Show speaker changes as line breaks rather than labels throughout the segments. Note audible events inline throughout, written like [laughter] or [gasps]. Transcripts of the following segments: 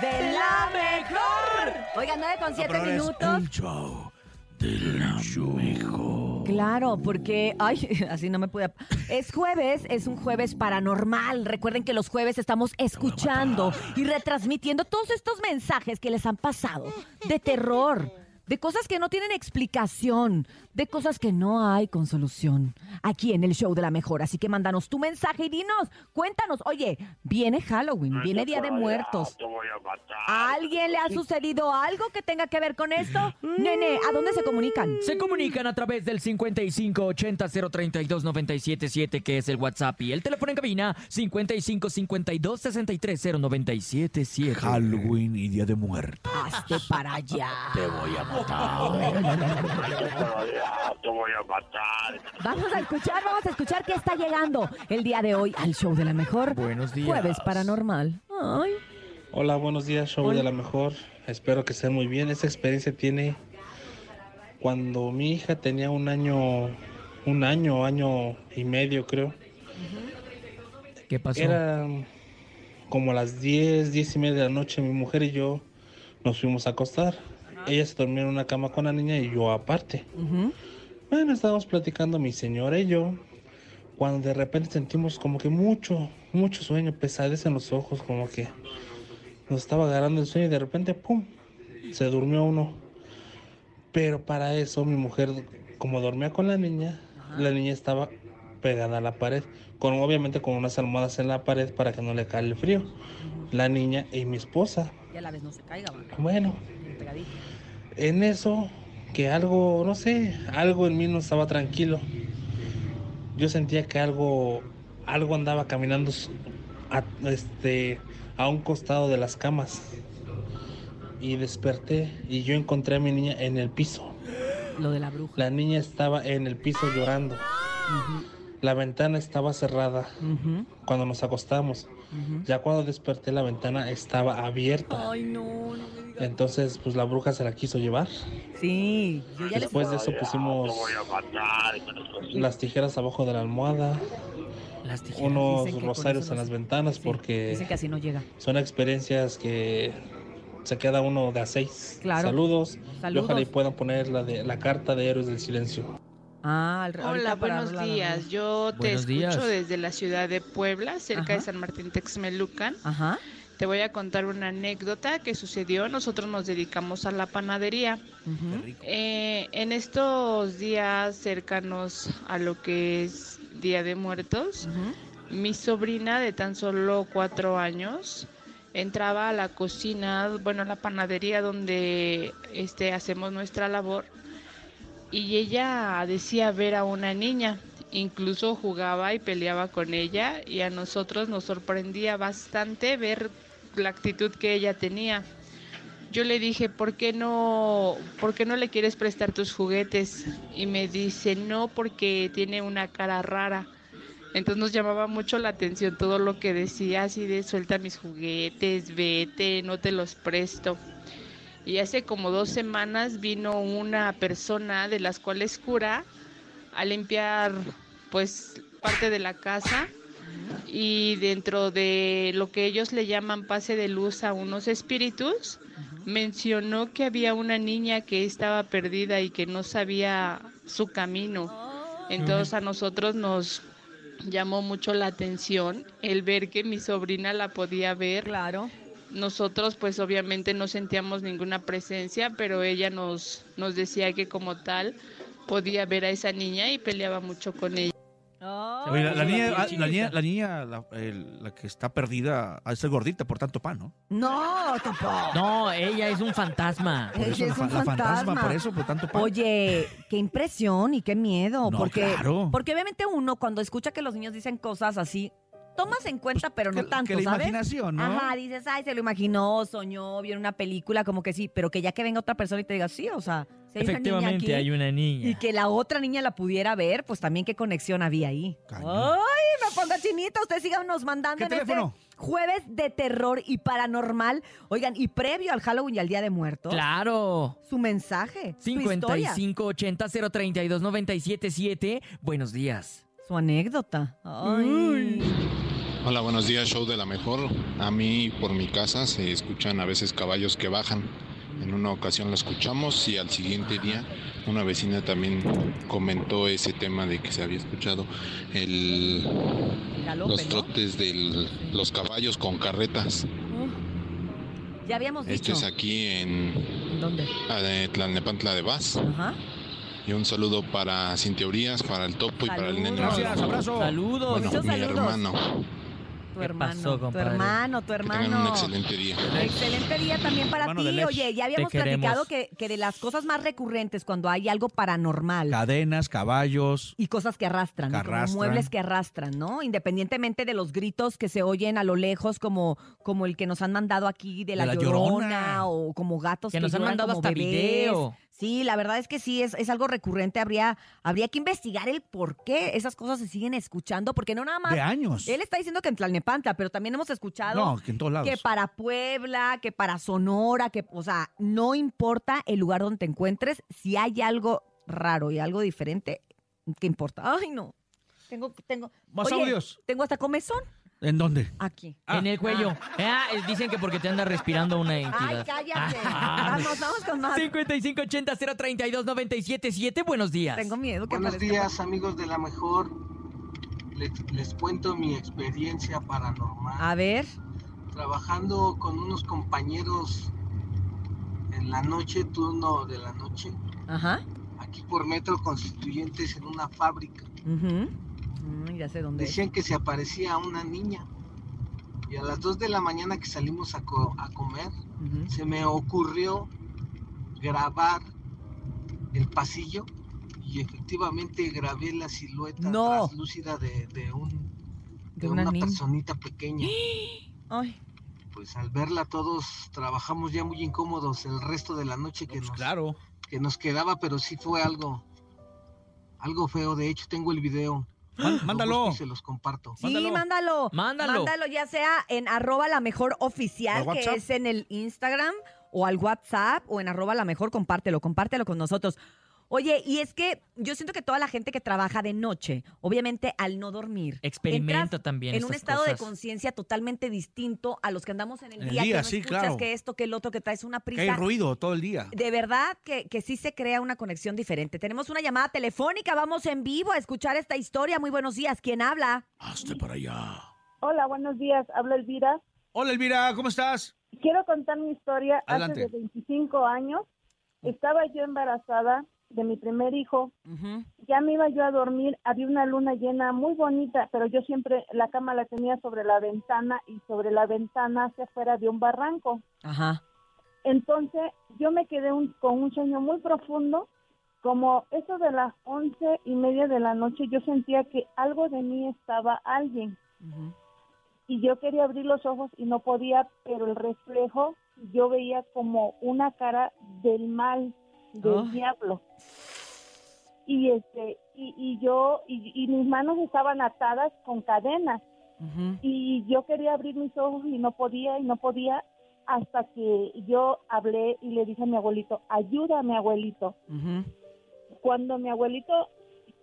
de la mejor. Oiga, 9 con 7
Pero ahora es
minutos.
un show de la mejor.
Claro, porque, ay, [laughs] así no me pude. ap- Es jueves, es un jueves paranormal. Recuerden que los jueves estamos escuchando y retransmitiendo todos estos mensajes que les han pasado de terror, de cosas que no tienen explicación, de cosas que no hay con solución. Aquí en el show de la mejor. Así que mándanos tu mensaje y dinos, cuéntanos, oye, viene Halloween, viene Día de Muertos.
Te voy a matar.
¿A alguien le ha sucedido algo que tenga que ver con esto? Nene, ¿a dónde se comunican?
Se comunican a través del 5580-032-977, que es el WhatsApp, y el teléfono en cabina 5552-630977.
Halloween y Día de Muertos.
Hazte para allá.
Te voy a matar.
Vamos a escuchar, vamos a escuchar qué está llegando el día de hoy al show de la mejor.
Buenos días.
Jueves paranormal. Ay,
Hola, buenos días, show de la mejor. Espero que estén muy bien. Esta experiencia tiene cuando mi hija tenía un año, un año, año y medio, creo.
¿Qué pasó?
Era um, como las 10, 10 y media de la noche. Mi mujer y yo nos fuimos a acostar. Ella se dormía en una cama con la niña y yo aparte.
ujú.
Bueno, estábamos platicando mi señora y yo, cuando de repente sentimos como que mucho, mucho sueño, pesadez en los ojos, como que nos estaba agarrando el sueño y de repente, ¡pum!, se durmió uno. Pero para eso mi mujer, como dormía con la niña, la niña estaba pegada a la pared, con obviamente con unas almohadas en la pared para que no le caiga el frío. La niña y mi esposa.
Y a la vez no se caiga, va,
Bueno,
pegadito.
en eso que algo, no sé, algo en mí no estaba tranquilo. Yo sentía que algo, algo andaba caminando s- a, este, a un costado de las camas. Y desperté y yo encontré a mi niña en el piso.
Lo de la bruja.
La niña estaba en el piso llorando. La ventana estaba cerrada
Ujú,
cuando nos acostamos.
ujú.
Ya cuando desperté la ventana estaba abierta.
Ay, no, no me digas.
Entonces pues la bruja se la quiso llevar.
Sí, [laughs] yo ya les...
Después de
Te
eso pusimos
voy a matar.
las tijeras abajo de la almohada,
Las tijeras.
dicen
unos
que con
rosarios
eso
en
no
las
se-
ventanas
sí, Dicen que
porque
así no llega.
son experiencias que se queda uno de a seis.
Claro.
Saludos. Y
Saludos.
ojalá y puedan poner la de la carta de héroes del silencio.
Ah, al-
Hola,
ahorita para
buenos
rolar,
días. Yo te
Buenos
escucho
días.
desde la ciudad de Puebla, cerca de
Ajá.
San Martín Texmelucan.
Ajá.
Te voy a contar una anécdota que sucedió. Nosotros nos dedicamos a la panadería.
ujú.
Eh, en estos días cercanos a lo que es Día de Muertos,
Ujú.
mi sobrina de tan solo cuatro años entraba a la cocina, bueno, a la panadería donde este, hacemos nuestra labor y ella decía ver a una niña, incluso jugaba y peleaba con ella y a nosotros nos sorprendía bastante ver la actitud que ella tenía. Yo le dije, ¿por qué no, por qué no le quieres prestar tus juguetes? Y me dice, no, porque tiene una cara rara. Entonces nos llamaba mucho la atención todo lo que decía, así de suelta mis juguetes, vete, no te los presto. Y hace como dos semanas vino una persona de las cuales cura a limpiar pues parte de la casa y dentro de lo que ellos le llaman pase de luz a unos espíritus, mencionó que había una niña que estaba perdida y que no sabía su camino. Entonces a nosotros nos llamó mucho la atención el ver que mi sobrina la podía ver
Claro.
nosotros pues obviamente no sentíamos ninguna presencia, pero ella nos, nos decía que como tal podía ver a esa niña y peleaba mucho con ella.
Oye, la, la
Ay,
niña,
la
la,
niña
niña, la, niña la, el- la que está perdida, ha de ser gordita por tanto pan, ¿no?
No, tampoco.
No, ella es un fantasma.
Por
Ella
eso
es
la, fa-
un
la
fantasma.
fantasma, por eso, por tanto pan.
Oye, qué impresión y qué miedo.
No,
porque,
claro.
porque obviamente uno cuando escucha que los niños dicen cosas así, tomas en cuenta, pero no
Pues, que,
tanto,
que la
¿sabes?
imaginación, ¿no?
Ajá, dices, ay, se lo imaginó, soñó, vio en una película, como que sí, pero que ya que venga otra persona y te diga, sí, o sea, si hay una niña
Efectivamente,
aquí
hay una niña.
y que la otra niña la pudiera ver, pues también qué conexión había ahí.
Cañón.
Ay, me ponga chinita, ustedes síganos mandando
¿Qué
en este
teléfono?
jueves de terror y paranormal. Oigan, y previo al Halloween y al Día de Muertos,
Claro.
su mensaje, su historia,
5580-032-977. Buenos días.
su anécdota. Ay.
Uy.
Hola, buenos días, show de la mejor. A mí por mi casa se escuchan a veces caballos que bajan. En una ocasión lo escuchamos y al siguiente día una vecina también comentó ese tema de que se había escuchado el,
Galope,
los
¿no?
trotes de los caballos con carretas.
Uh, Ya habíamos dicho.
Esto es aquí en
¿En ¿Dónde?
eh, Tlalnepantla de Vaz.
Ajá.
Y un saludo para Cintia Urias, para el Topo y para el Neno.
Saludos.
Gracias, abrazo.
Saludos.
Bueno,
Muchos
mi
saludos.
hermano.
Tu
¿Qué
hermano,
pasó,
tu
compadre?
hermano, tu
Que tengan un
hermano.
excelente día.
Excelente día también para
Hermano de
ti.
Lech.
Oye, ya habíamos
Te queremos.
platicado que, que de las cosas más recurrentes cuando hay algo paranormal
Cadenas, caballos.
y cosas que arrastran,
Que
¿no? Como
arrastran.
muebles que arrastran, ¿no? Independientemente de los gritos que se oyen a lo lejos, como, como el que nos han mandado aquí de la,
De La
llorona,
Llorona.
o como gatos que,
Que nos han
lloran
mandado
como
hasta
bebés.
video.
Sí, la verdad es que sí, es, es algo recurrente. Habría, habría que investigar el por qué esas cosas se siguen escuchando, porque no nada más.
De años.
Él está diciendo que en Tlalnepantla, pero también hemos escuchado
No, que en todos lados.
que para Puebla, que para Sonora, que, o sea, no importa el lugar donde te encuentres, si hay algo raro y algo diferente, ¿qué importa? Ay, no. Tengo, tengo.
Más
Oye,
audios.
Tengo hasta comezón
¿En dónde?
aquí.
En el cuello. Ah, eh, dicen que porque te anda respirando una
Ay,
entidad.
cállate. [laughs]
Ah.
vamos, vamos con más.
5580 032 977 buenos días.
Tengo miedo que
Buenos
aparezca.
días amigos de la mejor. Les, les cuento mi experiencia paranormal.
A ver,
Trabajando con unos compañeros en la noche, turno de la noche,
ajá.
aquí por Metro Constituyentes en una fábrica.
ujú. Mm, ya sé dónde. es.
Decían que se aparecía una niña. Y a las 2 de la mañana que salimos a, co- a comer,
Ujú.
se me ocurrió grabar el pasillo y efectivamente grabé la silueta
No.
translúcida de, de un de una,
niña.
personita pequeña.
Ay,
Pues al verla todos trabajamos ya muy incómodos el resto de la noche que,
Pues
nos,
claro.
que nos quedaba, pero sí fue algo algo feo. De hecho, tengo el video.
Má-
Lo
Mándalo.
busco y se los comparto.
sí,
Mándalo.
mándalo.
Mándalo.
ya sea en arroba la mejor oficial,
¿Al
que
WhatsApp?
es en el Instagram, o al WhatsApp, o en arroba la mejor, compártelo, compártelo con nosotros. Oye, y es que yo siento que toda la gente que trabaja de noche, obviamente al no dormir,
Experimenta
entras
también.
en un
estas
estado de
cosas.
conciencia totalmente distinto a los que andamos en el,
En el
día,
día,
que no
sí,
escuchas
claro.
que esto, que el otro, que traes una
Que hay
prisa.
ruido todo el día.
De verdad que, que sí se crea una conexión diferente. Tenemos una llamada telefónica, vamos en vivo a escuchar esta historia. Muy buenos días, ¿quién habla?
Hazte para allá.
Hola, buenos días. Habla Elvira.
Hola, Elvira, ¿cómo estás?
Quiero contar mi historia.
Adelante.
Hace de 25 años estaba yo embarazada de mi primer hijo.
Ujú.
Ya me iba yo a dormir. Había una luna llena muy bonita, pero yo siempre la cama la tenía sobre la ventana y sobre la ventana hacia afuera de un barranco.
Ajá.
Entonces yo me quedé un- con un sueño muy profundo. Como eso de las once y media de la noche, yo sentía que algo de mí estaba alguien.
Ujú.
y yo quería abrir los ojos y no podía, pero el reflejo yo veía como una cara del mal, del
Oh.
diablo. Y este y, y yo y, y mis manos estaban atadas con cadenas
Ujú.
y yo quería abrir mis ojos y no podía y no podía hasta que yo hablé y le dije a mi abuelito, ayúdame abuelito.
Ujú.
Cuando mi abuelito,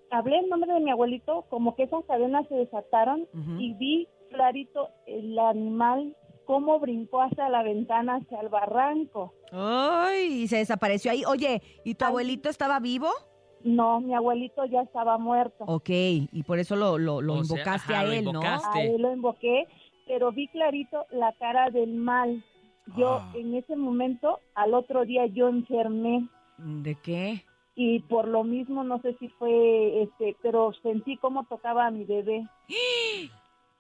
hablé en nombre de mi abuelito, como que esas cadenas se desataron
Ujú.
y vi clarito el animal cómo brincó hacia la ventana, hacia el barranco.
Ay, y se desapareció ahí. Oye, ¿y tu
Ay.
abuelito estaba vivo?
No, mi abuelito ya estaba muerto.
Oh,
Ok, y por eso lo, lo, lo
O sea,
invocaste
ajá,
a
lo
él,
invocaste.
A él lo invoqué, pero vi clarito la cara del mal. Yo
Ah.
en ese momento, al otro día yo enfermé
¿no? ¿De qué?
y por lo mismo no sé si fue este, pero sentí cómo tocaba a
[gasps]
mi bebé.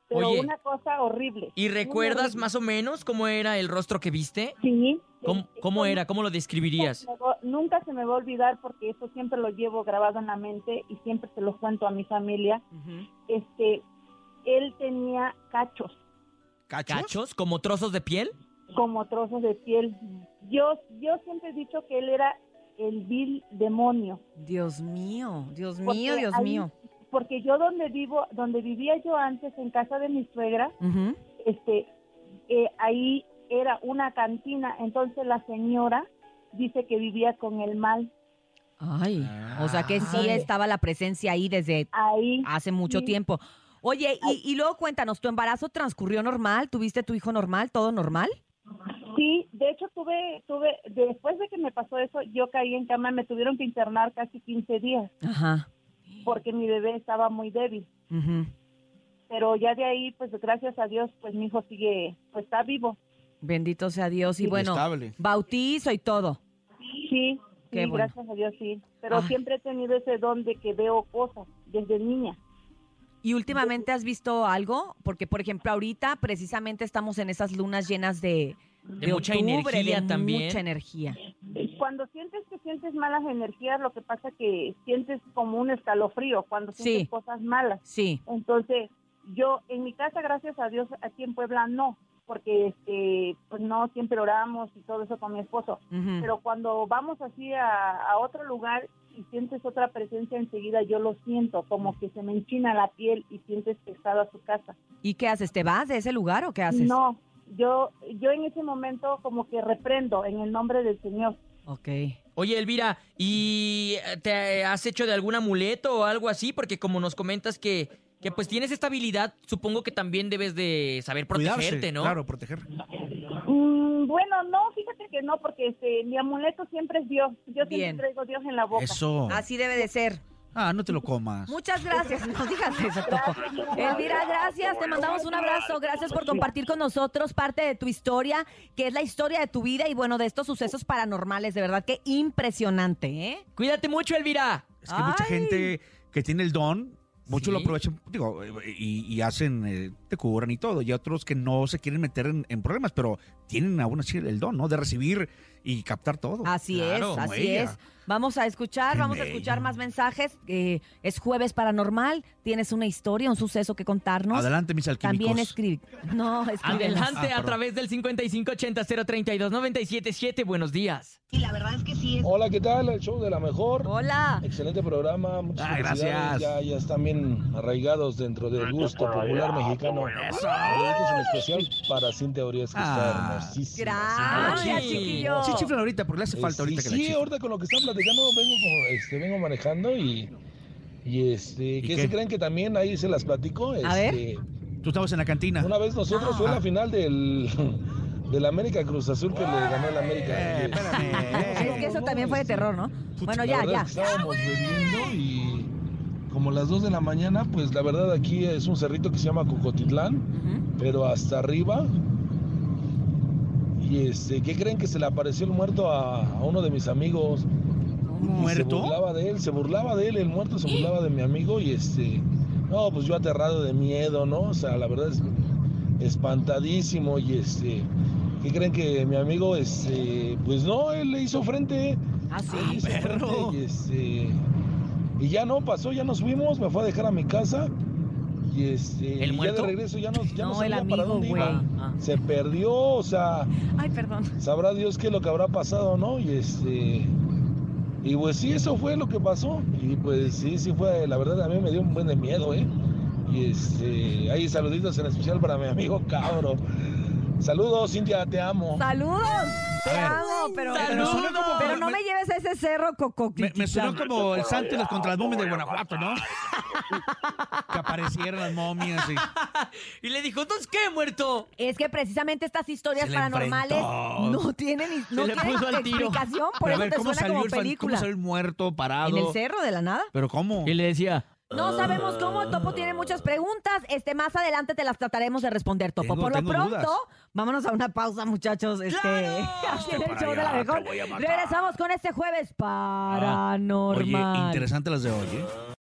Pero
Oye.
una cosa horrible.
¿Y
muy
recuerdas
horrible.
más o menos cómo era el rostro que viste?
Sí.
¿Cómo,
sentí
cómo era? ¿Cómo lo
Nunca
describirías?
se me va- Nunca se me va a olvidar porque eso siempre lo llevo grabado en la mente y siempre se lo cuento a mi familia. Este, él tenía cachos
¿Cachos?
¿Cachos? ¿Como trozos de piel?
como trozos de piel. Yo, yo siempre he dicho que él era el vil demonio,
Dios mío, Dios
Porque
mío, Dios
ahí-
mío.
porque yo donde vivo, donde vivía yo antes en casa de mi suegra,
Ujú.
este, eh, ahí era una cantina, entonces la señora dice que vivía con el mal
Ay, o sea que sí
Ah.
estaba la presencia ahí desde
ahí.
hace mucho
Sí.
tiempo. Oye, y, y luego cuéntanos, ¿tu embarazo transcurrió normal? ¿Tuviste tu hijo normal? ¿Todo normal?
Sí, de hecho tuve, tuve, después de que me pasó eso, yo caí en cama, me tuvieron que internar casi 15 días
Ajá.
porque mi bebé estaba muy débil.
ujú.
Pero ya de ahí, pues gracias a Dios, pues mi hijo sigue, pues está vivo.
Bendito sea Dios. Y
Y
bueno,
estable.
bautizo y todo.
Sí,
Qué
sí,
bueno.
gracias a Dios, sí. Pero
Ay.
siempre he tenido ese don de que veo cosas desde niña.
¿Y últimamente has visto algo? Porque, por ejemplo, ahorita precisamente estamos en esas lunas llenas de,
De mucha energía
de
también.
mucha energía.
Cuando sientes que sientes malas energías, lo que pasa que sientes como un escalofrío cuando
Sí.
sientes cosas malas.
Sí.
Entonces, yo en mi casa, gracias a Dios, aquí en Puebla no, porque este, pues no siempre oramos y todo eso con mi esposo.
ujú.
Pero cuando vamos así a, a otro lugar y sientes otra presencia enseguida, yo lo siento, como que se me enchina la piel y sientes pesado a su casa.
¿Y qué haces? ¿Te vas de ese lugar o qué haces?
No, yo, yo en ese momento como que reprendo en el nombre del Señor.
Ok.
Oye, Elvira, ¿y eh, te has hecho de algún amuleto o algo así? Porque como nos comentas que, que pues tienes esta habilidad, supongo que también debes de saber protegerte,
Cuidarse,
¿no?
Claro, proteger.
Mm, bueno, no, fíjate que no, porque este, mi amuleto siempre es Dios. Yo siempre
Bien.
traigo Dios en la boca.
Eso.
Así debe de ser.
Ah, no te lo comas.
Muchas gracias. No digas eso, Topo. Elvira, gracias. Te mandamos un abrazo. Gracias por compartir con nosotros parte de tu historia, que es la historia de tu vida y bueno, de estos sucesos paranormales. De verdad que impresionante, ¿eh?
Cuídate mucho, Elvira.
Es que mucha
Ay.
gente que tiene el don, muchos lo
Sí.
aprovechan, digo, y, y hacen, eh, te cubran y todo, y otros que no se quieren meter en, en problemas, pero tienen aún así el don, ¿no? De recibir y captar todo.
Así
Claro,
es,
como
así
ella.
es. Vamos a escuchar,
Qué
vamos a
bello.
escuchar más mensajes. Eh, es jueves paranormal, tienes una historia, un suceso que contarnos.
Adelante, mis alquímicos.
También escribe. No, escribe.
Ah,
Adelante a
perdón.
través del 5580-032-977. Buenos días.
Hola, ¿qué tal? El show de la mejor.
Hola.
Excelente programa, muchas
Ay,
felicidades.
Ah, gracias.
Ya, ya están bien arraigados dentro
Ah,
del gusto popular mexicano.
Eso.
Saludos en especial para Cintia Urias, que
Ah,
está hermosísima.
Gracias,
Ay.
chiquillo.
Sí, chiflan ahorita, porque le hace falta ahorita que
Pues este sí,
la chiflen.
ahorita con lo que están platicando vengo, como, este, vengo manejando y, y este, ¿qué,
qué?
se creen que también ahí se las platico?
A ver.
Este,
Tú estabas en la cantina.
Una vez nosotros fue
Ah.
la final del, [laughs] del América Cruz Azul que le ganó el América.
Eh,
Y, [laughs]
espérame.
Es que eso también fue de terror, ¿no? Bueno,
la
ya,
verdad
ya.
es que estábamos bebiendo y como las 2 de la mañana, pues la verdad aquí es un cerrito que se llama Cocotitlán,
Ujú.
pero hasta arriba. Y este, ¿qué creen que se le apareció el muerto a, a uno de mis amigos? Y Se
¿Muerto?
burlaba de él, se burlaba de él, el muerto se burlaba de mi amigo y este, no, pues yo aterrado de miedo, ¿no? O sea, la verdad es espantadísimo y este, ¿qué creen que mi amigo, este, pues no, él le hizo frente,
Ah, sí.
le hizo
perro.
frente, y este, y ya no pasó, ya nos fuimos, me fue a dejar a mi casa y
¿El
este, y ya de
muerto?
regreso ya no, ya no,
No, el
sabía para
amigo,
dónde
güey.
iba.
Ah,
Se perdió, o sea,
Ay, perdón.
sabrá Dios qué es lo que habrá pasado, ¿no? Y este. Y pues sí, eso fue lo que pasó. Y pues sí, sí fue, la verdad a mí me dio un buen de miedo, ¿eh? Y este, hay saluditos en especial para mi amigo Cabro. Saludos, Cintia, te amo.
Saludos. Te amo, pero,
Me suena como-
pero no me lleves a ese cerro
Me, me
cococlititán.
sonó como el santo y las contra las momias de Guanajuato, ¿no? Que aparecieron las momias y...
Y le dijo, ¿entonces qué, muerto?
Es que precisamente estas historias
Se le
paranormales
enfrentó.
no tienen, ni- no
le puso
tienen
al tiro.
explicación, por
Pero
eso te
¿cómo
suena
salió,
como
el, fan- ¿cómo
película.
salió el Ah. muerto parado?
¿En el cerro de la nada?
¿Pero cómo?
Y le decía,
No sabemos cómo. Topo tiene muchas preguntas. Este, más adelante te las trataremos de responder, Topo.
Tengo-
Por lo
tengo
pronto,
dudas.
vámonos a una pausa, muchachos. Este, [laughs] aquí en el
para
show de la
allá, te
mejor.
voy a matar.
Regresamos con este jueves
Ah,
paranormal.
Oye, interesante las de hoy, ¿eh?